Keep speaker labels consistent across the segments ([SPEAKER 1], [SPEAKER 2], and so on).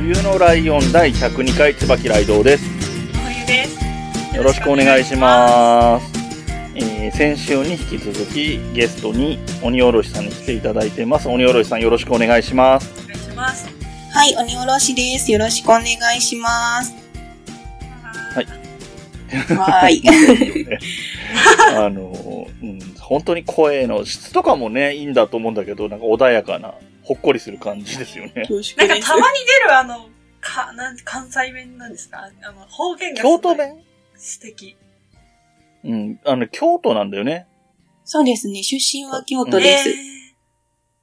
[SPEAKER 1] 冬のライオン第102回椿雷道です。
[SPEAKER 2] 冬です
[SPEAKER 1] よろしくお願いします。えー先週に引き続きゲストに鬼おろしさんに来ていただいてます。鬼おろしさんよろしくお願いします。
[SPEAKER 2] お願いします
[SPEAKER 3] はい、鬼おろしです。よろしくお願いします。
[SPEAKER 1] はい
[SPEAKER 3] はー い。
[SPEAKER 1] あのー、うん、本当に声の質とかもね、いいんだと思うんだけど、なんか穏やかな、ほっこりする感じですよね。
[SPEAKER 3] 恐縮
[SPEAKER 2] なん
[SPEAKER 3] で
[SPEAKER 2] か
[SPEAKER 3] す
[SPEAKER 2] たまに出るあのかなん関西弁なんですかあの方言がすご
[SPEAKER 1] 京
[SPEAKER 2] い
[SPEAKER 1] 都弁
[SPEAKER 2] 素敵
[SPEAKER 1] うん、あの、京都なんだよね。
[SPEAKER 3] そうですね。出身は京
[SPEAKER 1] そ
[SPEAKER 3] 都
[SPEAKER 1] う
[SPEAKER 3] で
[SPEAKER 2] え
[SPEAKER 3] す。
[SPEAKER 2] ー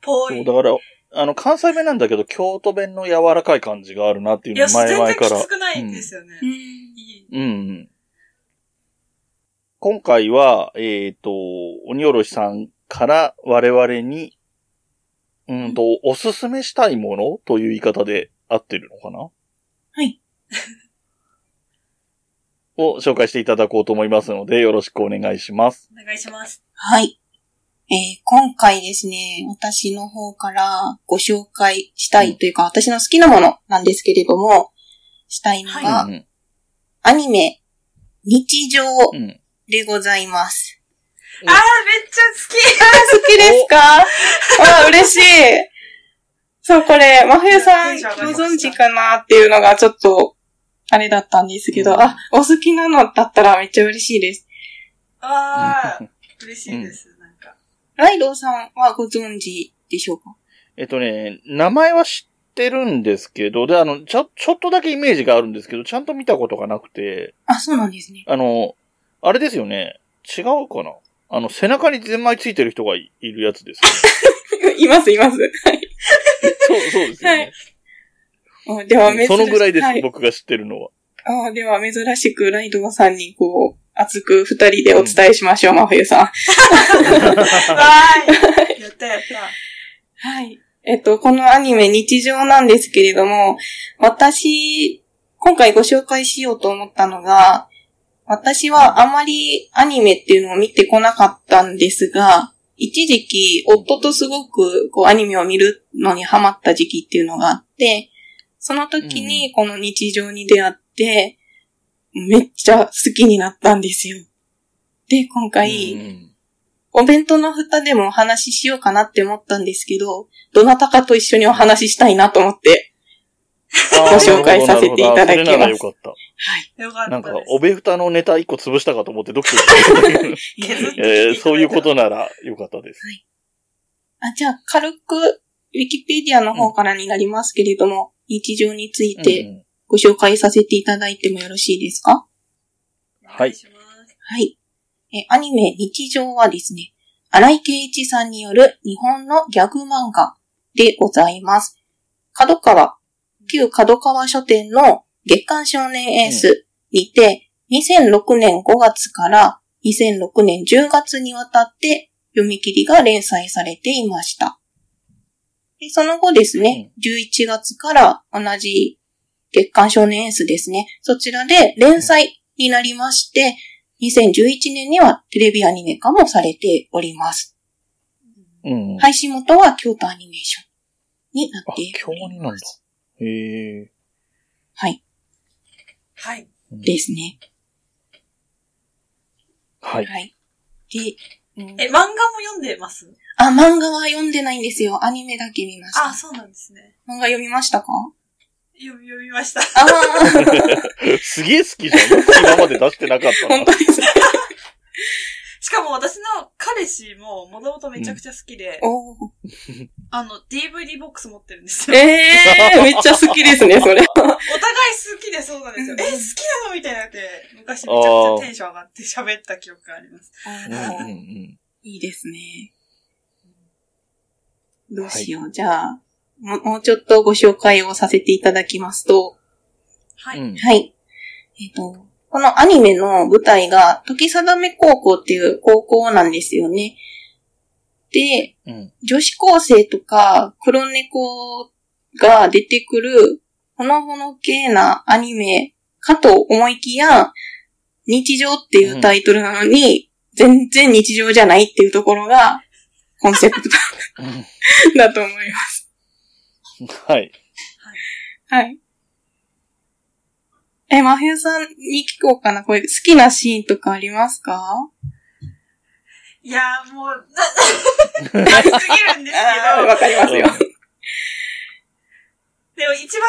[SPEAKER 2] ぽ
[SPEAKER 1] そ、
[SPEAKER 2] いう
[SPEAKER 1] だから、あの、関西弁なんだけど、京都弁の柔らかい感じがあるなってい
[SPEAKER 2] いう
[SPEAKER 1] の
[SPEAKER 2] や
[SPEAKER 1] 前
[SPEAKER 2] 全
[SPEAKER 1] 々
[SPEAKER 2] 然
[SPEAKER 1] か
[SPEAKER 2] き
[SPEAKER 1] ら
[SPEAKER 2] つ。くないんですよね、
[SPEAKER 3] うん
[SPEAKER 2] いい
[SPEAKER 1] うん。今回は、えっ、と、鬼おろしさんから我々に、うんと、おすすめしたいものという言い方で合ってるのかな
[SPEAKER 3] はい。
[SPEAKER 1] を紹介していただこうと思いますので、よろしくお願いします。
[SPEAKER 2] お願いします
[SPEAKER 3] はい。えー今回ですね、私の方からご紹介したいというか、私の好きなものなんですけれども、したいのが、
[SPEAKER 2] は
[SPEAKER 1] うん
[SPEAKER 3] アニメ、日常
[SPEAKER 1] うん、うん。
[SPEAKER 3] でございます。
[SPEAKER 1] うん
[SPEAKER 2] あーめっちゃ好き
[SPEAKER 3] 好きですかあ、嬉しい。そう、これ、真冬さ
[SPEAKER 2] テ
[SPEAKER 3] ん、
[SPEAKER 2] ンション上が
[SPEAKER 3] ご
[SPEAKER 2] りました
[SPEAKER 3] 存知かなっていうのがちょっと、あれだったんですけど、あ、お好きなのだったらめっちゃ嬉しいです。
[SPEAKER 2] ああ嬉しいです、なんか
[SPEAKER 3] ライドウさんはご存知でしょうか
[SPEAKER 1] えっとね、名前は知ってるんですけど、で、あの、ちょ、ちょっとだけイメージがあるんですけど、ちゃんと見たことがなくて、
[SPEAKER 3] あ、そうなんで すね。
[SPEAKER 1] あの、あれですよね、違うかなあの、背中にゼンマイついてる人がいいるやつです。
[SPEAKER 3] います、います。
[SPEAKER 1] そう、そうですよね。
[SPEAKER 3] あ では、珍し
[SPEAKER 1] そのぐらいです、
[SPEAKER 3] は
[SPEAKER 1] 僕が知ってるのは。
[SPEAKER 3] あでは、珍しくライドウさんに、こう、熱く二人でお伝えしましょう、真冬さん。
[SPEAKER 2] わーいやったやった
[SPEAKER 3] はい。えっと、このアニメ日常なんですけれども、私、今回ご紹介しようと思ったのが、私はあまりアニメっていうのを見てこなかったんですが、一時期、夫とすごくこうアニメを見るのにハマった時期っていうのがあって、その時にこの日常に出会って、めっちゃ好きになったんですよ。で、今回、
[SPEAKER 1] うん
[SPEAKER 3] お弁当の蓋でもお話ししようかなって思ったんですけど、どなたかと一緒にお話ししたいなと思って。
[SPEAKER 1] あー
[SPEAKER 3] ご紹介させていただき
[SPEAKER 1] なるほ
[SPEAKER 3] ます
[SPEAKER 1] どなるほどそれならよかった。
[SPEAKER 3] はい。
[SPEAKER 2] よかったです。
[SPEAKER 1] なんか、おべふたのネタ一個潰したかと思ってドキドキしてた
[SPEAKER 2] 削ってきて
[SPEAKER 1] えーそういうことならよかったです。
[SPEAKER 3] あじゃあ、軽く、ウィキペディアの方からになりますけれども、日常について
[SPEAKER 1] うん
[SPEAKER 3] ご紹介させていただいてもよろしいですか
[SPEAKER 2] お願します。
[SPEAKER 3] はい。え、アニメ日常はですね、荒井圭一さんによる日本のギャグ漫画でございます。角川、旧角川書店の月刊少年エースにて、2006年5月から2006年10月にわたって読み切りが連載されていました。でその後ですね、11月から同じ月刊少年エースですね、そちらで連載になりまして、2011年にはテレビアニメ化もされております。
[SPEAKER 1] うん。い。
[SPEAKER 3] 配信元は京都アニメーションになっ
[SPEAKER 1] あ、
[SPEAKER 3] て
[SPEAKER 1] 京
[SPEAKER 3] おり
[SPEAKER 1] になん
[SPEAKER 3] ま
[SPEAKER 1] だ
[SPEAKER 3] す。。
[SPEAKER 1] へえ。
[SPEAKER 3] はい。
[SPEAKER 2] はい。
[SPEAKER 3] ですね。
[SPEAKER 1] はい。
[SPEAKER 3] はい。で、うん
[SPEAKER 2] え、漫画も読んでます
[SPEAKER 3] あ、漫画は読んでないんですよ。アニメだけ見ました。
[SPEAKER 2] あ、そうなんですね。
[SPEAKER 3] 漫画読みましたか
[SPEAKER 2] 読み、読みました。
[SPEAKER 3] ああ、
[SPEAKER 1] すげえ好きじゃん。よく今まで出してなかった
[SPEAKER 3] 本
[SPEAKER 1] な。
[SPEAKER 3] 当ですね。
[SPEAKER 2] しかも私の彼氏ももともとめちゃくちゃ好きで、
[SPEAKER 3] おー
[SPEAKER 2] あの、DVD ボックス持ってるんですよ。
[SPEAKER 3] ええー、めっちゃ好きですね、そ れ。
[SPEAKER 2] お互い好きでそうなんですよ。
[SPEAKER 3] うん
[SPEAKER 2] え、好きなのみたいになって、昔めちゃくちゃテンション上がって喋った記憶があります。
[SPEAKER 1] うんうんうん
[SPEAKER 3] いいですね。どうしよう。じゃあ、ももうちょっとご紹介をさせていただきますと、
[SPEAKER 2] は
[SPEAKER 1] う
[SPEAKER 2] い。
[SPEAKER 1] ん。
[SPEAKER 3] はい。えっ、と、このアニメの舞台が、時定め高校っていう高校なんですよね。で、
[SPEAKER 1] うん。
[SPEAKER 3] 女子高生とか黒猫が出てくる、ほのぼの系なアニメかと思いきや、日常っていうタイトルなのに、全然日常じゃないっていうところが、コンセプトだだと思います。
[SPEAKER 1] はい。
[SPEAKER 3] はい。え、真冬さんに聞こうかな。これ、好きなシーンとかありますか
[SPEAKER 2] いやー もう、な、なりすぎるんですけど、
[SPEAKER 3] かりま
[SPEAKER 2] でも一番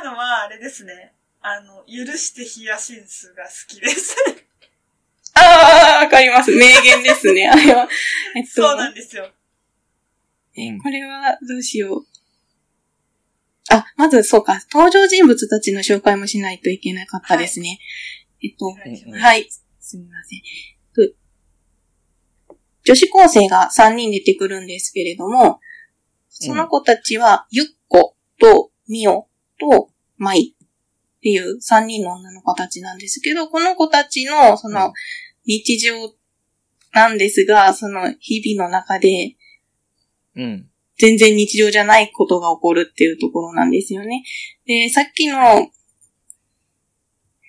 [SPEAKER 2] 好きなのは、あれですね。あの、許してヒヤシンスが好きです。
[SPEAKER 3] ああ、わかります。名言ですね。あれは。えっと、
[SPEAKER 2] そうなんですよ。
[SPEAKER 1] うん
[SPEAKER 3] これはどうしよう。あ、まず、そうか。登場人物たちの紹介もしないといけなかったですね。えっと
[SPEAKER 2] お、願いします
[SPEAKER 3] はい。すみません。ふ女子高生が3人出てくるんですけれども、その子たちは、ゆっこと、みおと、まいっていう3人の女の子たちなんですけど、この子たちの、そうの、日常なんですが、その、日々の中で、
[SPEAKER 1] うん。
[SPEAKER 3] 全然日常じゃないことが起こるっていうところなんですよね。で、さっきの、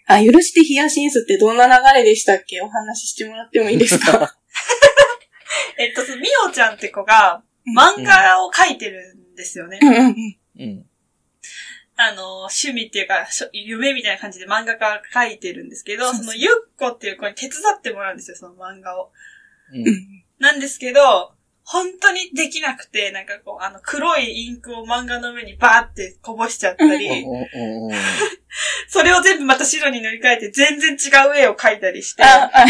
[SPEAKER 3] あ、許してヒヤシンスってどんな流れでしたっけお話ししてもらってもいいです か
[SPEAKER 2] えっと、そのみおちゃんって子が、漫画を描いてるんですよね。
[SPEAKER 3] うんうんうん。
[SPEAKER 1] うん。
[SPEAKER 2] あの、趣味っていうか、しょ夢みたいな感じで漫画家が描いてるんですけど、
[SPEAKER 3] そうそう
[SPEAKER 2] そのゆっこっていう子に手伝ってもらうんですよ、その漫画を。
[SPEAKER 1] う。
[SPEAKER 3] うんん
[SPEAKER 2] なんですけど、本当にできなくて、なんかこう、あの、黒いインクを漫画の上にバーってこぼしちゃったり、
[SPEAKER 1] うん。
[SPEAKER 2] それを全部また白に塗り替えて、全然違う絵を描いたりして、なん
[SPEAKER 3] あ
[SPEAKER 2] か、、
[SPEAKER 3] あ、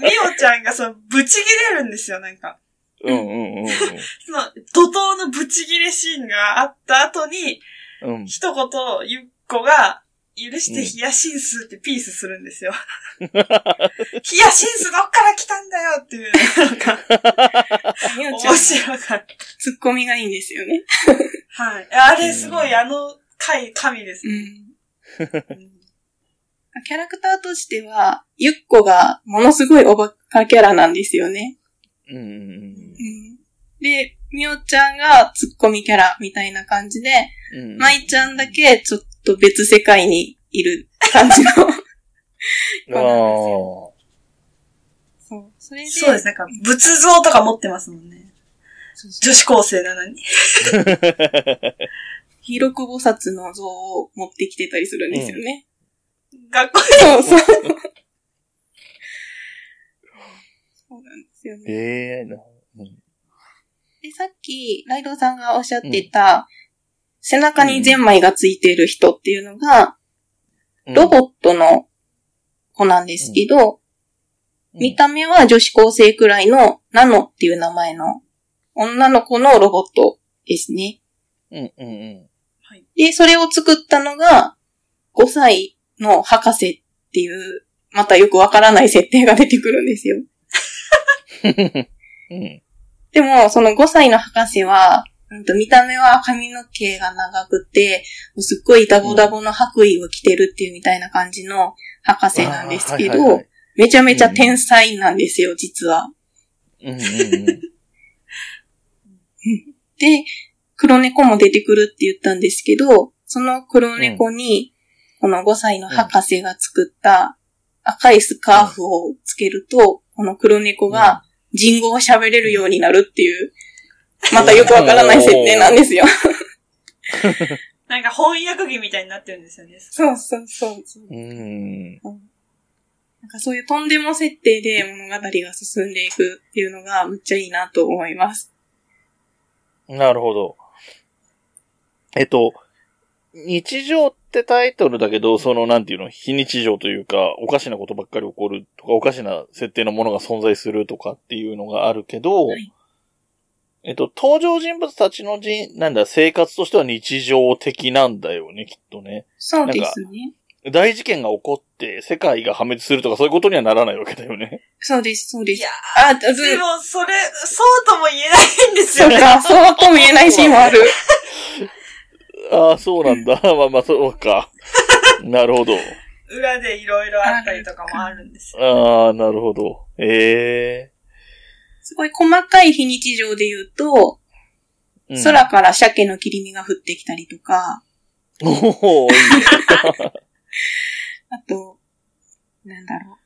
[SPEAKER 2] みおちゃんがその、ぶち切れるんですよ、なんか。
[SPEAKER 1] うん。うん。うん。
[SPEAKER 2] その、怒涛のぶち切れシーンがあった後に、
[SPEAKER 1] うん。うん。
[SPEAKER 2] 一言、ゆっこが、許してヒヤシンスってピースするんです よ。ヒヤシンスどっから来たんだよって いう、なんか、
[SPEAKER 3] みおちゃん、
[SPEAKER 2] 面
[SPEAKER 3] ツッ
[SPEAKER 2] 白かっ
[SPEAKER 3] コミがいいんですよね。
[SPEAKER 2] た。はい。あれすごい、あの回、神です
[SPEAKER 3] う
[SPEAKER 2] ね。
[SPEAKER 3] ん。キャラクターとしては、ゆっこがものすごいおバカキャラなんですよね。
[SPEAKER 1] うんうん。
[SPEAKER 3] うん、で、みおちゃんがツッコミキャラみたいな感じで、
[SPEAKER 1] うん。
[SPEAKER 3] 舞ちゃんだけちょっと別世界にいる感じの。
[SPEAKER 1] ああ。
[SPEAKER 3] そう。それで、
[SPEAKER 2] そうです。なんか、仏像とか持ってますもんね。
[SPEAKER 3] そうそう
[SPEAKER 2] 女子高生なのに。
[SPEAKER 3] 広く菩薩の像を持ってきてたりするんですよね。
[SPEAKER 2] 学校
[SPEAKER 3] そ うそう。そうなんですよね。
[SPEAKER 1] ええな。
[SPEAKER 3] で、さっき、ライドさんがおっしゃってた、背中にゼンマイがついてる人っていうのが、ロボットの子なんですけど、見た目は女子高生くらいのナノっていう名前の女の子のロボットですね。
[SPEAKER 1] うんうんうん。
[SPEAKER 3] で、それを作ったのが5歳の博士っていう、またよくわからない設定が出てくるんですよ。
[SPEAKER 1] うん。
[SPEAKER 3] でも、その5歳の博士は、うんと見た目は髪の毛が長くて、もうすっごいダボダボの白衣を着てるっていうみたいな感じの博士なんですけど、めちゃめちゃ天才なんですよ、実は。
[SPEAKER 1] うんうん
[SPEAKER 3] で、黒猫も出てくるって言ったんですけど、その黒猫に、この5歳の博士が作った赤いスカーフをつけると、この黒猫が人語を喋れるようになるっていう、またよくわからない設定なんですよ。
[SPEAKER 2] なんか翻訳機みたいになってるんですよね。
[SPEAKER 3] そうそうそうそう。
[SPEAKER 1] うん。
[SPEAKER 3] なんかそういうとんでも設定で物語が進んでいくっていうのがむっちゃいいなと思います。
[SPEAKER 1] うん。なるほど。えっと、日常ってタイトルだけど、その、なんていうの、非日常というか、おかしなことばっかり起こるとか、おかしな設定のものが存在するとかっていうのがあるけど、
[SPEAKER 3] はい
[SPEAKER 1] えっと、登場人物たちの人、なんだ、生活としては日常的なんだよね、きっとね。
[SPEAKER 3] そうですね。
[SPEAKER 1] 大事件が起こって世界が破滅するとかそういうことにはならないわけだよ ね。
[SPEAKER 3] そうです、そうで
[SPEAKER 2] い
[SPEAKER 3] す
[SPEAKER 2] や。
[SPEAKER 3] あ、ず、
[SPEAKER 2] でも、それ、そうとも言えないんです
[SPEAKER 3] そ
[SPEAKER 2] よ
[SPEAKER 3] う
[SPEAKER 2] ね。
[SPEAKER 3] か、そうとも言えないシーンもある。
[SPEAKER 1] ああ、そうなんだ。まあまあ、そう か。なるほど。
[SPEAKER 2] 裏でいろいろあったりとかもあるんですよ。
[SPEAKER 1] ああ、なるほど。え
[SPEAKER 3] すごい細かい非日常で言うと、
[SPEAKER 1] えー。うん
[SPEAKER 3] 空から鮭の切り身が降ってきたりとか、
[SPEAKER 1] おおいいね。
[SPEAKER 3] あと、なんだろう。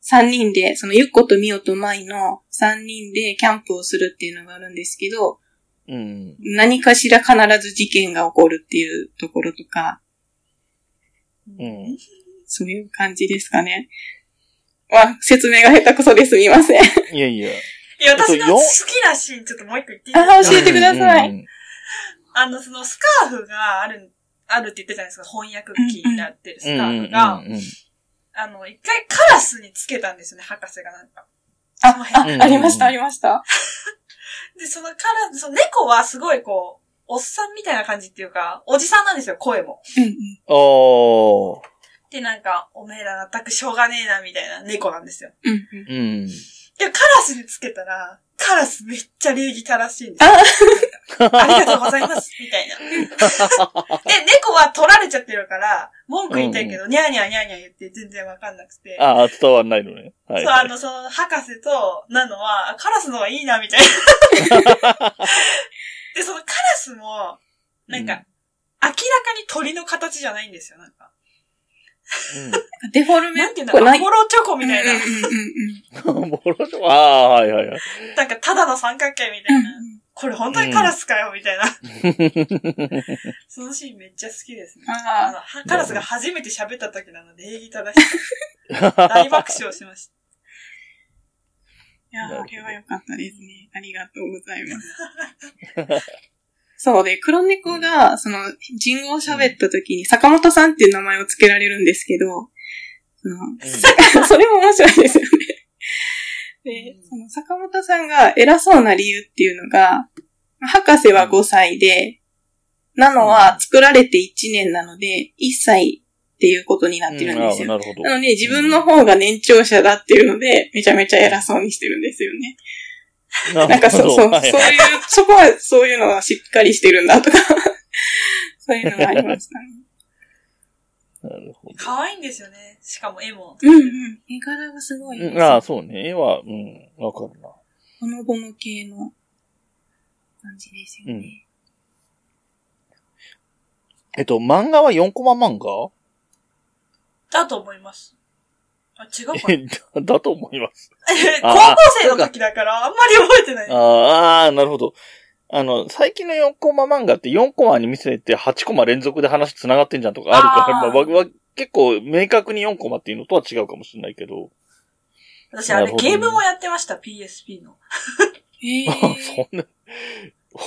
[SPEAKER 3] 三人で、そのゆっことみおとまいの三人でキャンプをするっていうのがあるんですけど、
[SPEAKER 1] うん。
[SPEAKER 3] 何かしら必ず事件が起こるっていうところとか、
[SPEAKER 1] うん。
[SPEAKER 3] そういう感じですかね。わ、説明が下手くそですみ ません。
[SPEAKER 1] いやいや。
[SPEAKER 2] いや、私の
[SPEAKER 1] よ
[SPEAKER 2] 好きなシーン、ちょっともう一個言っていいです
[SPEAKER 3] あ
[SPEAKER 2] か
[SPEAKER 3] 教えてください
[SPEAKER 1] うん。
[SPEAKER 2] あの、そのスカーフがある、あるって言ってたじゃないですか。翻訳機になってるス
[SPEAKER 1] うん
[SPEAKER 2] カ
[SPEAKER 1] うん
[SPEAKER 2] ーフが、
[SPEAKER 1] うんうん
[SPEAKER 2] あの、一回カラスにつけたんですよね、博士がなんか。
[SPEAKER 3] あ、あ
[SPEAKER 1] う、ん
[SPEAKER 3] ありました、ありました。
[SPEAKER 2] で、そのカラス、その猫はすごいこう、おっさんみたいな感じっていうか、おじさんなんですよ、声も。
[SPEAKER 3] うんうん。
[SPEAKER 1] あー
[SPEAKER 2] で、なんか、おめえら全くしょうがねえな、みたいな猫なんですよ。
[SPEAKER 3] うんうん。
[SPEAKER 1] うん。
[SPEAKER 2] で、カラスにつけたら、カラスめっちゃ礼儀正しいんですよ
[SPEAKER 3] あ。
[SPEAKER 2] なんかありがとうございます、みたい な。で、猫は取られちゃってるから、文句言いたいけど、ニャーニャーニャーニャー言って全然わかんなくて。
[SPEAKER 1] ああ、伝わんないのね。はい。
[SPEAKER 2] そう、あの、その、博士と、なのは、あカラスの方がいいな、みたいな。 で、そのカラスも、なんか、
[SPEAKER 1] うん
[SPEAKER 2] 明らかに鳥の形じゃないんですよ、なんか。
[SPEAKER 3] デフォルメ
[SPEAKER 2] なんていうんだ
[SPEAKER 3] こ
[SPEAKER 2] ろ
[SPEAKER 3] れ
[SPEAKER 2] う、ア
[SPEAKER 3] ない
[SPEAKER 2] ポロチョコみたいな。
[SPEAKER 3] うんうんうんうん
[SPEAKER 1] うん。 ボロジョああ、はいはいはい。
[SPEAKER 2] なんか、ただの三角形みた
[SPEAKER 3] う
[SPEAKER 2] い
[SPEAKER 3] ん
[SPEAKER 2] な。これ本当にカラスかよ、みたいな。そのシーンめっちゃ好きですね。
[SPEAKER 3] あー
[SPEAKER 2] あのはカラスが初めて喋った時なので、礼儀正しく。大爆笑しまし
[SPEAKER 3] いや
[SPEAKER 1] なるほど
[SPEAKER 3] ー、あれは良かったですね。ありがとうございます。 そうで、黒猫が、その、人語を喋った時に、坂本さんっていう名前を付けられるんですけど、その それも面白いですよね。で、その坂本さんが偉そうな理由っていうのが、博士は5歳で、なのは作られて1年なので、1歳っていうことになってるんですよ
[SPEAKER 1] うん。ああなるほど。
[SPEAKER 3] なので、自分の方が年長者だっていうので、めちゃめちゃ偉そうにしてるんですよね。なんかそ、そう、そういう、そこは、そういうのはしっかりしてるんだとか、 そういうのがありましたね。
[SPEAKER 1] なるほ
[SPEAKER 2] た。 可愛いんですよね。しかも絵も。
[SPEAKER 3] うんうん。絵柄がすごい。
[SPEAKER 1] ど。ああ、そうね。絵は、うん、わかるな。
[SPEAKER 3] ほのぼの系の感じですよね。
[SPEAKER 1] えっと、漫画は4コマ漫画
[SPEAKER 2] だと思います。あ、違うか な
[SPEAKER 1] えだだと思います。
[SPEAKER 2] え高
[SPEAKER 1] あ
[SPEAKER 2] 校生の時だから、あんまり覚えてない。
[SPEAKER 1] あーあー、なるほど。あの、最近の4コマ漫画って4コマに見せて8コマ連続で話繋がってんじゃんとかあるから、
[SPEAKER 2] あー
[SPEAKER 1] まあわわ結構明確に4コマっていうのとは違うかもしれないけど。
[SPEAKER 2] 私、あ
[SPEAKER 1] な
[SPEAKER 2] れ、
[SPEAKER 1] るほどね
[SPEAKER 2] ゲームもやってました、PSP の。
[SPEAKER 3] へ
[SPEAKER 1] そ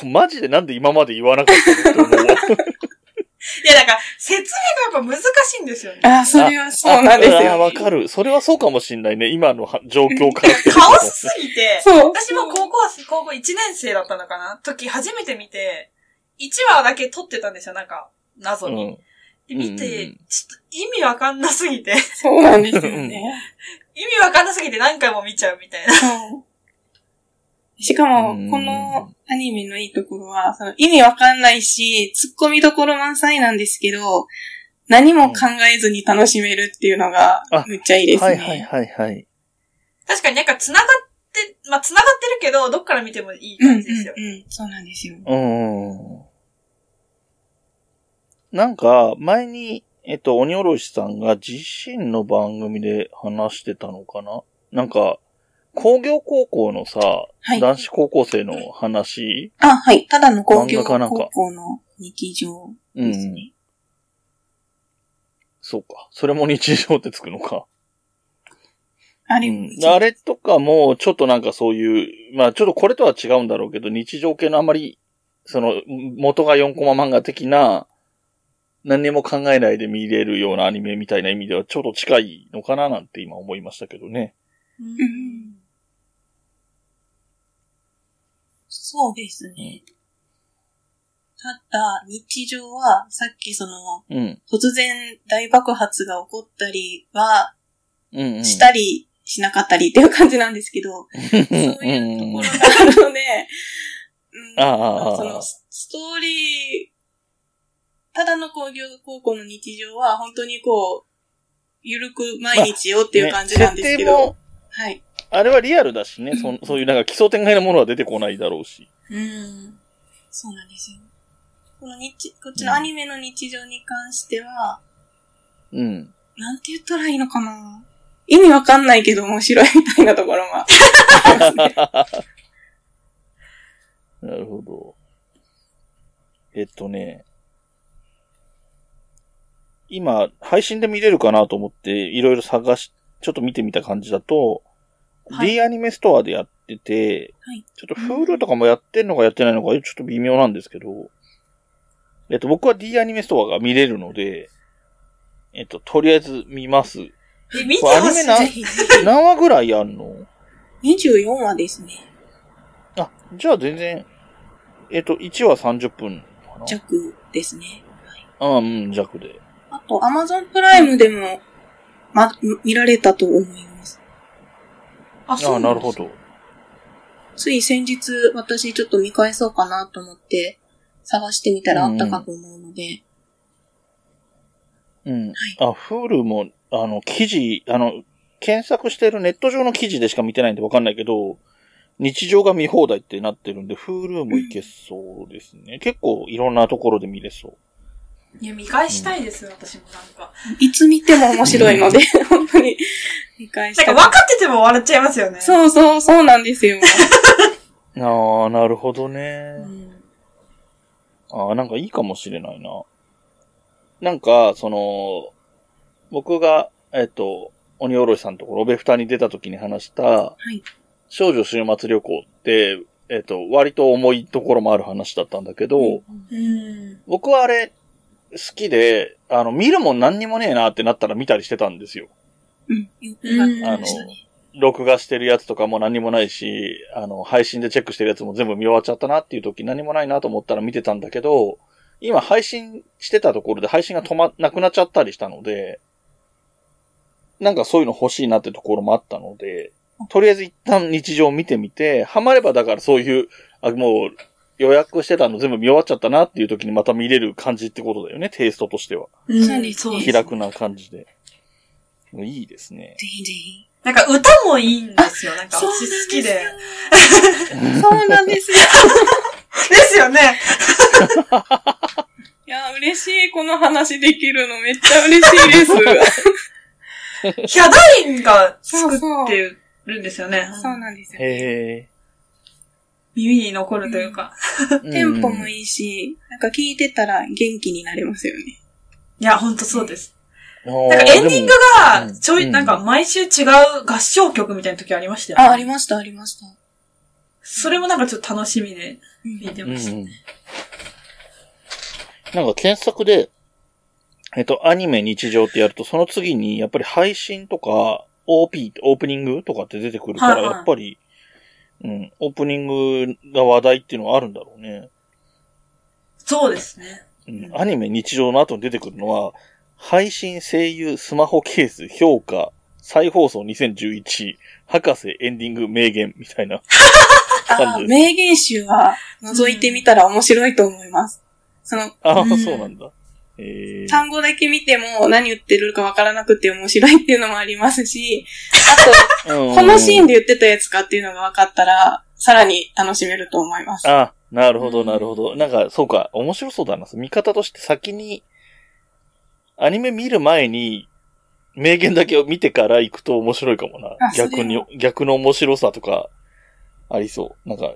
[SPEAKER 1] んな、マジでなんで今まで言わなかったのって思うわ。
[SPEAKER 2] いや、だから、説明がやっぱ難しいんですよね。
[SPEAKER 3] あ、それは そうなんです
[SPEAKER 1] ああー
[SPEAKER 3] よ。
[SPEAKER 1] わかる。それはそうかもしんないね。今のは状況からすると。
[SPEAKER 2] カオスすぎて、
[SPEAKER 3] そう。
[SPEAKER 2] 私も高校生、高校1年生だったのかな時、初めて見て、1話だけ撮ってたんですよ、なんか、謎
[SPEAKER 1] う
[SPEAKER 2] に。
[SPEAKER 1] ん。
[SPEAKER 2] で見て、
[SPEAKER 1] うんうん
[SPEAKER 2] ちょっと意味わかんなすぎて、
[SPEAKER 3] そうなんですよね。
[SPEAKER 2] 意味わかんなすぎて何回も見ちゃうみたいな。
[SPEAKER 3] そう。しかも
[SPEAKER 1] うん、
[SPEAKER 3] このアニメのいいところは、その意味わかんないし、突っ込みどころ満載なんですけど、何も考えずに楽しめるっていうのが
[SPEAKER 1] あ、
[SPEAKER 3] むっちゃいいです
[SPEAKER 1] はいはい
[SPEAKER 3] ね。
[SPEAKER 1] はいはい。
[SPEAKER 2] 確かになんか繋がって、まあ、繋がってるけど、どっから見てもいい
[SPEAKER 3] うん、うん、
[SPEAKER 2] 感じですよ。
[SPEAKER 3] うん。そうなんですよ。
[SPEAKER 1] うんうんうん。なんか、前に、えっと、鬼おろしさんが自身の番組で話してたのかななんか、工業高校のさ、
[SPEAKER 3] はい
[SPEAKER 1] 男子高校生の話、
[SPEAKER 3] あ、はい。ただの工業
[SPEAKER 1] 漫画かなんか
[SPEAKER 3] 高校の日常
[SPEAKER 1] う
[SPEAKER 3] です
[SPEAKER 1] ん。
[SPEAKER 3] ね。
[SPEAKER 1] そうか。それも日常ってつくのか。
[SPEAKER 3] あ
[SPEAKER 1] う
[SPEAKER 3] れ、
[SPEAKER 1] ん、あれとかも、ちょっとなんかそういう、まあちょっとこれとは違うんだろうけど、日常系のあまり、その、元が4コマ漫画的な、何にも考えないで見れるようなアニメみたいな意味ではちょっと近いのかななんて今思いましたけどね。
[SPEAKER 2] うん
[SPEAKER 3] んそうですね。ただ、日常は、さっきその、
[SPEAKER 1] うん。
[SPEAKER 3] 突然大爆発が起こったりは、
[SPEAKER 1] うん、うん。
[SPEAKER 3] したりしなかったりっていう感じなんですけど、
[SPEAKER 1] うん
[SPEAKER 3] そういうと
[SPEAKER 1] うん
[SPEAKER 3] こ
[SPEAKER 1] う
[SPEAKER 3] ろ
[SPEAKER 1] ん
[SPEAKER 3] があるので、うん
[SPEAKER 1] ああああ
[SPEAKER 3] そのスストーリー、ただの工業高校の日常は本当にこう、ゆるく毎日をっていう感じなんですけど、
[SPEAKER 1] ね設定も
[SPEAKER 3] はい。
[SPEAKER 1] あれはリアルだしね、そんそういうなんか奇想天外なものは出てこないだろうし。
[SPEAKER 3] うん。そうなんですよ。この日、こっちのアニメの日常に関しては、
[SPEAKER 1] うん。
[SPEAKER 3] なんて言ったらいいのかな意味わかんないけど面白いみたいなところが。
[SPEAKER 1] なるほど。えっとね、今、配信で見れるかなと思って、いろいろ探し、ちょっと見てみた感じだと、
[SPEAKER 3] はい
[SPEAKER 1] D アニメストアでやってて、
[SPEAKER 3] はい
[SPEAKER 1] ちょっと Hulu とかもやってんのかやってないのか、ちょっと微妙なんですけど、えっと、僕は D アニメストアが見れるので、えっと、とりあえず見 ます。
[SPEAKER 2] え、見てほしい。
[SPEAKER 1] ア
[SPEAKER 2] ぜ
[SPEAKER 1] ニ
[SPEAKER 2] ひ。
[SPEAKER 1] 何話ぐらいあんの
[SPEAKER 3] 24話ですね。
[SPEAKER 1] あ、じゃあ全然、えっと、1話30分かな。
[SPEAKER 3] 弱ですね。
[SPEAKER 1] あうん、弱で。
[SPEAKER 3] あと、Amazon プライムでも、ま、見られたと思います。
[SPEAKER 2] あ、
[SPEAKER 1] あ
[SPEAKER 2] そ
[SPEAKER 1] あ
[SPEAKER 2] うな
[SPEAKER 1] なんる
[SPEAKER 2] です
[SPEAKER 1] ほ。ど。
[SPEAKER 3] つい先日、私ちょっと見返そうかなと思って、探してみたらあったかと思うので、
[SPEAKER 1] うん。あ、Hulu も、あの、記事、あの、検索してるネット上の記事でしか見てないんでわかんないけど、日常が見放題ってなってるんで、Hulu もいけそうですね。結構いろんなところで見れそう。
[SPEAKER 2] いや、見返したいです、私もなんか。
[SPEAKER 3] いつ見ても面白いので、 本当に、見返し
[SPEAKER 2] な
[SPEAKER 3] た
[SPEAKER 2] んか分かってても笑っちゃいますよね。う。
[SPEAKER 3] そうそう、そうなんですよ。
[SPEAKER 1] ああ、なるほど
[SPEAKER 2] う
[SPEAKER 1] ね。
[SPEAKER 2] ん。
[SPEAKER 1] ああ、なんかいいかもしれないな。なんか、その、僕が、えっと、鬼おろしさんところ、ロベフタに出た時に話した、
[SPEAKER 3] い
[SPEAKER 1] 少女週末旅行って、えっと、割と重いところもある話だったんだけど、
[SPEAKER 2] うん。
[SPEAKER 1] 僕はあれ、好きで、あの、見るもん何にもねえなってなったら見たりしてたんですよ。
[SPEAKER 3] うん。よくわかり
[SPEAKER 1] あの
[SPEAKER 3] ましたね。、
[SPEAKER 1] 録画してるやつとかも何にもないし、あの、配信でチェックしてるやつも全部見終わっちゃったなっていう時何もないなと思ったら見てたんだけど、今配信してたところで配信が止ま、なくなっちゃったりしたので、なんかそういうの欲しいなってところもあったので、とりあえず一旦日常を見てみて、ハマればだからそういう、あ、もう予約してたの全部見終わっちゃったなっていう時にまた見れる感じってことだよね、テイストとしては。
[SPEAKER 2] うん
[SPEAKER 3] そうですね
[SPEAKER 2] そうです
[SPEAKER 1] 気楽な感じで。いいですね。
[SPEAKER 3] ぜひぜひ。
[SPEAKER 2] なんか歌もいいんですよ。なんか私好きで。で
[SPEAKER 3] そうなんですよ。
[SPEAKER 2] すよね。
[SPEAKER 3] いや、嬉しい。この話できるのめっちゃ嬉しい です。
[SPEAKER 2] ヒャダインが作ってるんですよね。
[SPEAKER 3] そうなんですよ。
[SPEAKER 1] へ
[SPEAKER 2] 耳に残るというか。
[SPEAKER 1] え。
[SPEAKER 3] テンポも
[SPEAKER 1] い。
[SPEAKER 3] いいし、なんか聞いてたら元気になれますよね。
[SPEAKER 2] いや、ほんとそうです。
[SPEAKER 1] な
[SPEAKER 2] なんかエンディング
[SPEAKER 1] で
[SPEAKER 2] が
[SPEAKER 1] も、
[SPEAKER 2] ちょ
[SPEAKER 1] う
[SPEAKER 2] い、
[SPEAKER 1] ん
[SPEAKER 2] なんか毎週違う合唱曲みたいな時ありましたよね。
[SPEAKER 3] あ、ありました、ありました。
[SPEAKER 2] それもなんかちょっと楽しみで
[SPEAKER 3] うん
[SPEAKER 2] 見て
[SPEAKER 1] うんう
[SPEAKER 2] ました。
[SPEAKER 1] ん。なんか検索で、えっと、アニメ日常ってやると、その次に、やっぱり配信とか、OP、オープニングとかって出てくるから、
[SPEAKER 2] はいはい
[SPEAKER 1] やっぱり、うん、オープニングが話題っていうのはあるんだろうね。
[SPEAKER 2] そうですね。
[SPEAKER 1] うん、アニメ日常の後に出てくるのは、配信、声優、スマホケース、評価、再放送2011、博士、エンディング、名言、みたいな。
[SPEAKER 3] あ
[SPEAKER 1] 感じです
[SPEAKER 3] 名言集は覗いてみたら面白いと思います。その、
[SPEAKER 1] ああ、
[SPEAKER 2] うん
[SPEAKER 1] そうなんだ。えー、
[SPEAKER 3] 単語だけ見ても何言ってるかわからなくて面白いっていうのもありますし、あと、こ
[SPEAKER 1] こ
[SPEAKER 3] のシーン
[SPEAKER 1] で。
[SPEAKER 3] で言ってたやつかっていうのが分かったら、さらに楽しめると思います。
[SPEAKER 1] あなるほど、なるほど。なんか、そうか、面白そうだな。見方として先に、アニメ見る前に、名言だけを見てから行くと面白いかもな
[SPEAKER 3] あ。それは
[SPEAKER 1] 逆に、逆の面白さとか、ありそう。なんか、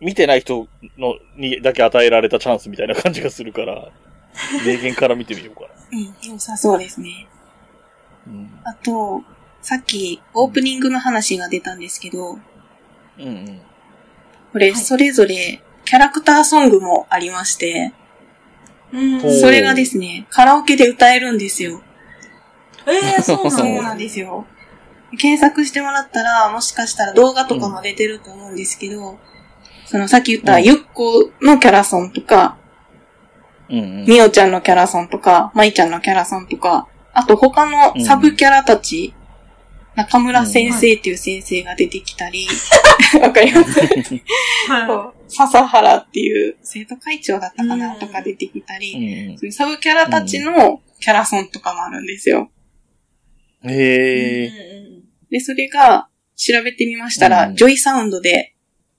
[SPEAKER 1] 見てない人の、にだけ与えられたチャンスみたいな感じがするから、名言から見てみようか
[SPEAKER 3] うん、良さそうですね。
[SPEAKER 1] な。うん。
[SPEAKER 3] あと、さっきオープニングの話が出たんですけど、
[SPEAKER 1] うんうん。
[SPEAKER 3] これ
[SPEAKER 2] はい
[SPEAKER 3] それぞれキャラクターソングもありまして、
[SPEAKER 2] うん。
[SPEAKER 1] ほおうー
[SPEAKER 3] それがですね、カラオケで歌えるんですよ。
[SPEAKER 2] えー、そう
[SPEAKER 3] そ
[SPEAKER 2] な
[SPEAKER 3] うなんん
[SPEAKER 2] だ。
[SPEAKER 3] ですよ。検索してもらったら、もしかしたら動画とかも出てると思うんですけど、そのさっき言った
[SPEAKER 1] うん
[SPEAKER 3] ゆっこのキャラソンとか、
[SPEAKER 1] うんうん。
[SPEAKER 3] みおちゃんのキャラさんとか、まいちゃんのキャラさんとか、あと他のサブキャラたち、中村先生っていう先生が出てきたり、わ、かります
[SPEAKER 2] は
[SPEAKER 3] 笹原っていう生徒会長だったかな
[SPEAKER 2] うん
[SPEAKER 3] とか出てきた
[SPEAKER 1] う
[SPEAKER 3] り、
[SPEAKER 1] ん
[SPEAKER 3] そういうサブキャラたちのキャラソンとかもあるんですよ。
[SPEAKER 1] うん。
[SPEAKER 2] い。
[SPEAKER 1] へえ。
[SPEAKER 3] で、それが調べてみましたら、
[SPEAKER 1] うん
[SPEAKER 3] ジョイサウンドで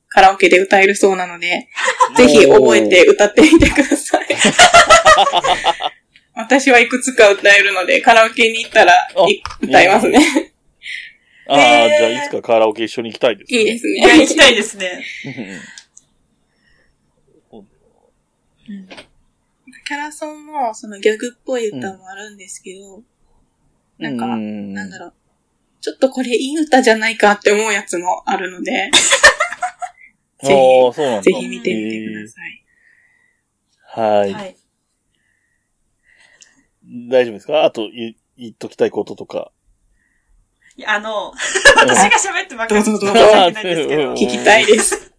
[SPEAKER 3] カラオケで歌えるそうなので、ぜひ覚えて歌ってみてください。 私はいくつか歌えるので、カラオケに行ったらい歌いますね。
[SPEAKER 1] おー。ああ、じゃあいつかカラオケ一緒に行きたいです、
[SPEAKER 3] いいです
[SPEAKER 2] いや、
[SPEAKER 3] ね
[SPEAKER 2] 行。きたいですね。
[SPEAKER 1] ね。
[SPEAKER 3] キャラソンも、そのギャグっぽい歌もあるんですけど、なんか
[SPEAKER 1] う
[SPEAKER 3] なんだ
[SPEAKER 1] ろ
[SPEAKER 3] ろう。ちょっとこれいい歌じゃないかって思うやつもあるので、
[SPEAKER 1] う
[SPEAKER 3] ぜ
[SPEAKER 1] ああ、そうなんだ。
[SPEAKER 3] ぜひ見てみてください。
[SPEAKER 1] はい。
[SPEAKER 2] はい。
[SPEAKER 1] 大丈夫ですかあと、い言っときたいことと か。
[SPEAKER 2] いやあの、私が喋ってばっかり
[SPEAKER 3] ど
[SPEAKER 2] 申
[SPEAKER 3] う
[SPEAKER 2] し
[SPEAKER 3] ぞどうぞ
[SPEAKER 2] 訳ないんですけ
[SPEAKER 1] う
[SPEAKER 2] ど
[SPEAKER 1] ん、
[SPEAKER 3] 聞きたいです。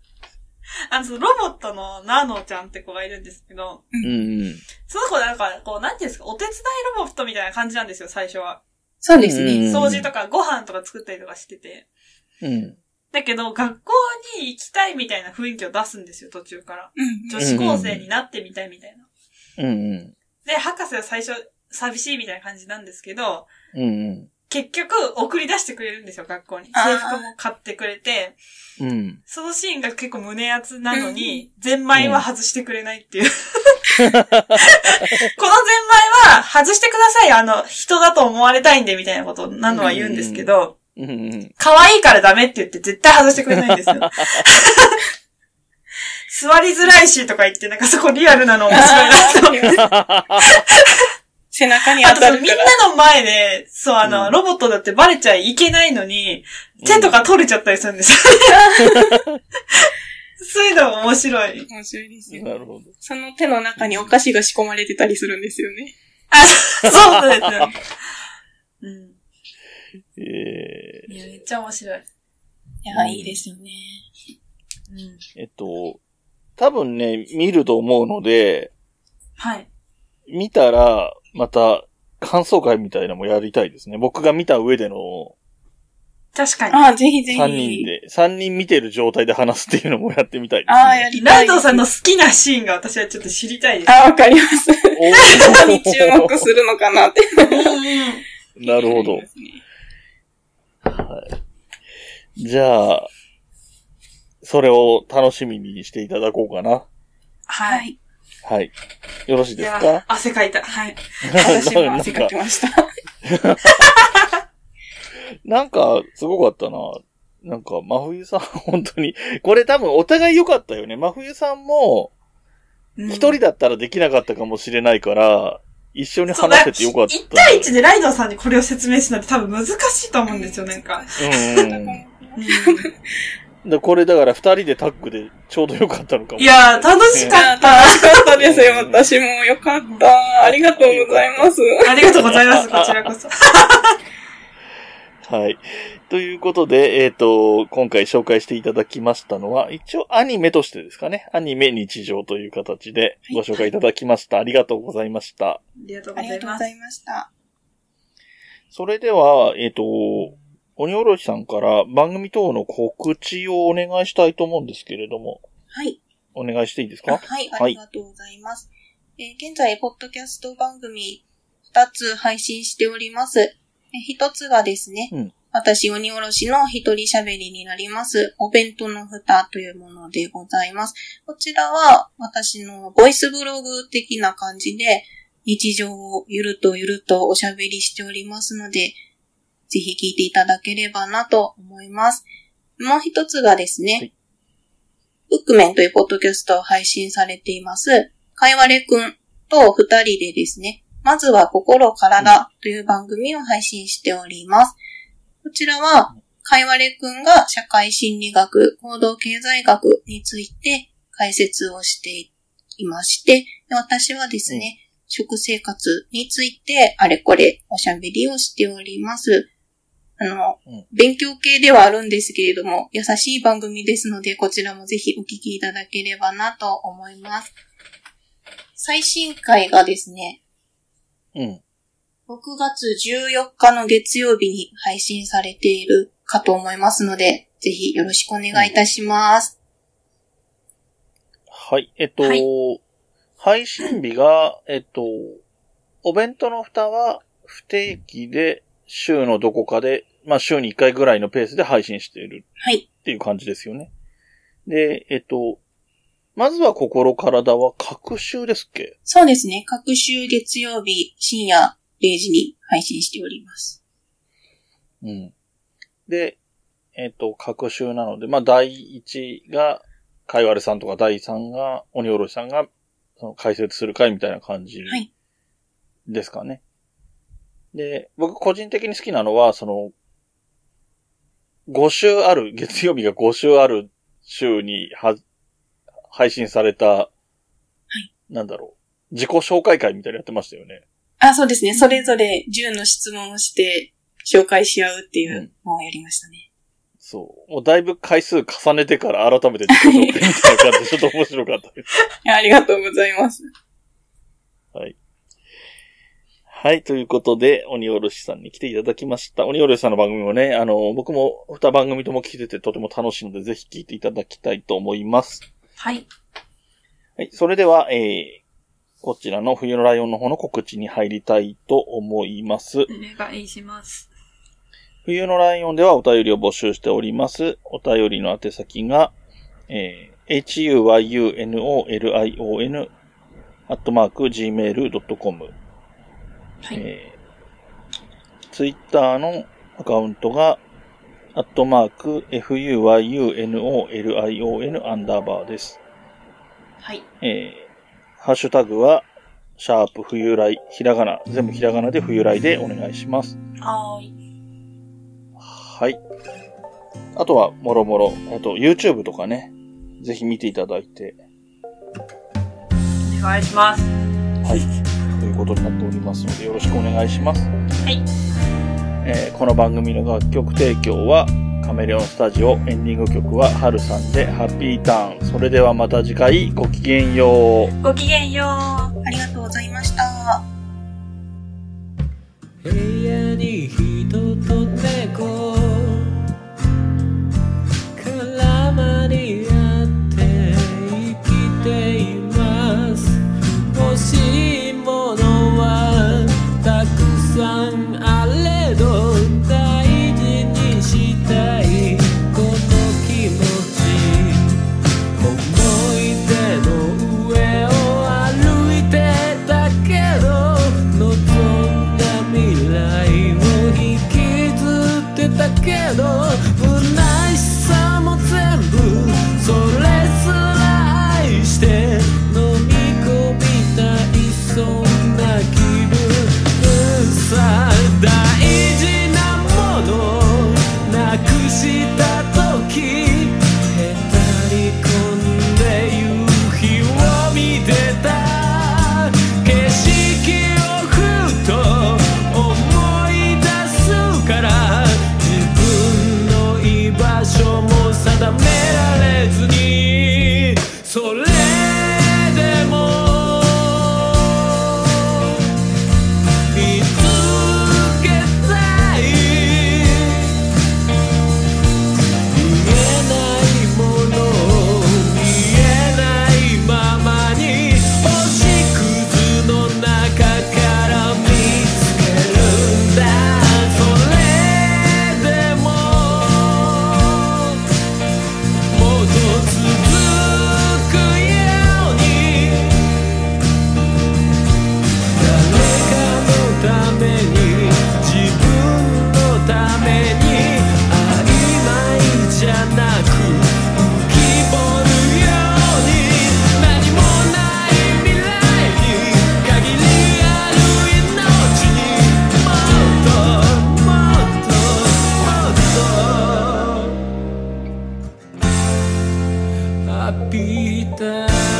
[SPEAKER 2] あの、そのロボットのナーノちゃんって子がいるんですけど、
[SPEAKER 1] うんうん。
[SPEAKER 2] その子なんか、こう、なんていうんですか、お手伝いロボットみたいな感じなんですよ、最初は。
[SPEAKER 3] そうですね。
[SPEAKER 1] うん
[SPEAKER 2] 掃除とかご飯とか作ったりとかしてて。
[SPEAKER 1] うん。
[SPEAKER 2] だけど、学校に行きたいみたいな雰囲気を出すんですよ、途中から。
[SPEAKER 3] うん
[SPEAKER 2] 女子高生になってみたいみたいな。
[SPEAKER 1] うんうん。
[SPEAKER 2] で、博士は最初、寂しいみたいな感じなんですけど、
[SPEAKER 1] うん
[SPEAKER 2] 結局、送り出してくれるんですよ、学校に。
[SPEAKER 3] あー
[SPEAKER 2] 制服も買ってくれて、
[SPEAKER 1] うん。うん。
[SPEAKER 2] そのシーンが結構胸熱なのに、ゼンマイは外してくれないっていう。このゼンマイは外してくださいよ、あの、人だと思われたいんで、みたいなこと、なのは言うんですけど、
[SPEAKER 1] うんうん。
[SPEAKER 2] 可愛いからダメって言って絶対外してくれないんですよ。座りづらいしとか言って、なんかそこリアルなの面白いなって思って
[SPEAKER 3] 背中に
[SPEAKER 2] あ
[SPEAKER 3] 当
[SPEAKER 2] と
[SPEAKER 3] た
[SPEAKER 2] その
[SPEAKER 3] る
[SPEAKER 2] みん
[SPEAKER 3] か
[SPEAKER 2] な
[SPEAKER 3] ら。
[SPEAKER 2] の前で、そう、あの、
[SPEAKER 1] うん
[SPEAKER 2] ロボットだってバレちゃいけないのに、手とか取れちゃったりするんですよね。そういうの面白い。
[SPEAKER 3] 面白いです
[SPEAKER 1] うん。
[SPEAKER 3] よ。
[SPEAKER 1] なるほど。
[SPEAKER 3] その手の中にお菓子が仕込まれてたりするんですよね。
[SPEAKER 2] あ、 そうそうですよ。うん。
[SPEAKER 1] え え
[SPEAKER 2] いや、めっちゃ面白い。
[SPEAKER 3] い
[SPEAKER 1] やいいです
[SPEAKER 3] よね。
[SPEAKER 2] うん。
[SPEAKER 1] えっと、多分ね、見ると思うので、
[SPEAKER 2] はい。
[SPEAKER 1] 見たら、また、感想会みたいなのもやりたいですね。僕が見た上での
[SPEAKER 2] 確かに。
[SPEAKER 3] ああ、ぜひぜひ。
[SPEAKER 1] 3人で、3人見てる状態で話すっていうのもやってみたいです、ね。
[SPEAKER 3] ああ、やりた
[SPEAKER 2] ラ
[SPEAKER 3] い
[SPEAKER 2] イ
[SPEAKER 3] です。
[SPEAKER 2] ドさんの好きなシーンが私はちょっと知りたい です。
[SPEAKER 3] あ、わかります。
[SPEAKER 1] お ー
[SPEAKER 3] 何に注目するのかなって。
[SPEAKER 1] なるほど。じゃあ、それを楽しみにしていただこうかな。
[SPEAKER 2] は。
[SPEAKER 3] はいい。
[SPEAKER 1] はい。よろしい
[SPEAKER 2] い
[SPEAKER 1] です
[SPEAKER 2] や
[SPEAKER 1] か、
[SPEAKER 2] 汗かいた。はい。
[SPEAKER 3] 私も
[SPEAKER 1] なん
[SPEAKER 3] 汗か
[SPEAKER 1] か
[SPEAKER 3] き、ました。
[SPEAKER 1] なんか、すごかったな。なんか、真冬さん、本当に。これ多分お互い良かったよね。真冬さんも、
[SPEAKER 2] 一
[SPEAKER 1] 一人だったらできなかったかもしれないから、一緒に話せてよかった。
[SPEAKER 2] 1対1でライドさんにこれを説明するのって多分難しいと思うんですよ、なんか。
[SPEAKER 1] うんうん。でこれだから二人でタッグでちょうどよかったのかも。
[SPEAKER 2] いやー、楽しか
[SPEAKER 3] あ
[SPEAKER 2] った。
[SPEAKER 3] 楽しかったですよ。私もよかった。ありがとうございます。
[SPEAKER 2] ありがとうございます、こちらこそ。
[SPEAKER 1] はい。ということで、えっ、と、今回紹介していただきましたのは、一応アニメとしてですかね。アニメ日常という形でご紹介いただきました。ありがとうございました。
[SPEAKER 2] ありがとう
[SPEAKER 3] あ
[SPEAKER 2] ご
[SPEAKER 3] り
[SPEAKER 2] ざ
[SPEAKER 3] が
[SPEAKER 2] い
[SPEAKER 3] とうご
[SPEAKER 2] ま
[SPEAKER 3] ざ
[SPEAKER 2] す。
[SPEAKER 3] いました。
[SPEAKER 1] それでは、えっ、と、鬼おろしさんから番組等の告知をお願いしたいと思うんですけれども、
[SPEAKER 3] はい。
[SPEAKER 1] お願いしていいです
[SPEAKER 3] あ
[SPEAKER 1] か
[SPEAKER 3] はい、
[SPEAKER 1] はい
[SPEAKER 3] ありがとうございます。えー現在、ポッドキャスト番組2つ配信しております。え1つがですね、
[SPEAKER 1] うん
[SPEAKER 3] 私、鬼おろしの一人喋りになります、お弁当の蓋というものでございます。こちらは、私のボイスブログ的な感じで、日常をゆるとゆるとおしゃべりしておりますので、ぜひ聞いていただければなと思います。もう一つがですね、
[SPEAKER 1] はい
[SPEAKER 3] ブックメンというポッドキャストを配信されています、かいわれくんと二人でですね、まずは心体という番組を配信しております。こちらは、かいわれくんが社会心理学、行動経済学について解説をしていまして、で私はですね、食生活についてあれこれおしゃべりをしております。あの、
[SPEAKER 1] うん
[SPEAKER 3] 勉強系ではあるんですけれども、優しい番組ですので、こちらもぜひお聞きいただければなと思います。最新回がですね、
[SPEAKER 1] うん。
[SPEAKER 3] 6月14日の月曜日に配信されているかと思いますので、ぜひよろしくお願いいたします。
[SPEAKER 1] はい。えっと、
[SPEAKER 2] は
[SPEAKER 1] 配信日が、えっと、お弁当の蓋は不定期で週のどこかで、まあ週に1回ぐらいのペースで配信している
[SPEAKER 3] はい。
[SPEAKER 1] っていう感じですよね。で、えっと、まずは心体は各週ですっけ
[SPEAKER 3] そうですね。各週月曜日深夜0時に配信しております。
[SPEAKER 1] うん。で、えっ、と、各週なので、まあ、第1が、かいわれさんとか、第3が、鬼おろしさんが、その解説する回みたいな感じ
[SPEAKER 3] はい
[SPEAKER 1] ですかね。で、僕個人的に好きなのは、その、5週ある、月曜日が5週ある週には、配信された、なんだろう、自己紹介会みたいなのやってましたよね。
[SPEAKER 3] あ、そうですね。それぞれ10の質問をして紹介し合うっていうのをやりましたね。
[SPEAKER 1] そう。もうだいぶ回数重ねてから改めて自己紹介みたいな感じで、ちょっと面白かったです。
[SPEAKER 3] ありがとうございます。
[SPEAKER 1] はい、ということで、鬼おろしさんに来ていただきました。鬼おろしさんの番組もね、あの、僕も二番組とも聞いててとても楽しいので、ぜひ聞いていただきたいと思います。
[SPEAKER 2] はい。
[SPEAKER 1] はい、それでは、えー、こちらの冬のライオンの方の告知に入りたいと思います。
[SPEAKER 2] お願いします。
[SPEAKER 1] 冬のライオンではお便りを募集しております。お便りの宛先が、えー、huyunolion アットマーク gmail.com、
[SPEAKER 2] はい。
[SPEAKER 1] えー、ツイッターのアカウントが、アットマーク fuyunolion アンダーバーです。
[SPEAKER 2] はい。
[SPEAKER 1] えー、ハッシュタグは、シャープ冬来、ひらがな、全部ひらがなで冬来でお願いします。
[SPEAKER 2] はーい。
[SPEAKER 1] はい。あとは、もろもろ、えっと、YouTube とかね、ぜひ見ていただいて、
[SPEAKER 2] お願いします。
[SPEAKER 1] はい、ということになっておりますので、よろしくお願いします。
[SPEAKER 2] はい。
[SPEAKER 1] えーこの番組の楽曲提供は、カメレオンスタジオ、エンディング曲は、はるさんで、ハッピーターン。それではまた次回、ごきげんよう。
[SPEAKER 2] ごきげんよう。
[SPEAKER 3] ありがとうございました。
[SPEAKER 4] 部屋に人と猫絡まり合って生きています欲しいものはたくさんあれど大事にしたいこの気持ち思い出の上を歩いてたけど望んだ未来を引きずってたけど不悔しさも全部それすら愛して飲み込みたいそんな気分さ大事なものなくした時へたり込んで夕日を見てた景色をふと思い出すから自分の居場所も定められずにそれでも「見つけたい」「見えないもの見えないままに星屑の中から見つけるんだ」「それでももっと続くように」誰かのために自分のために曖昧じゃなく浮き彫るように何もない未来に限りある命にもっともっともっと浴びた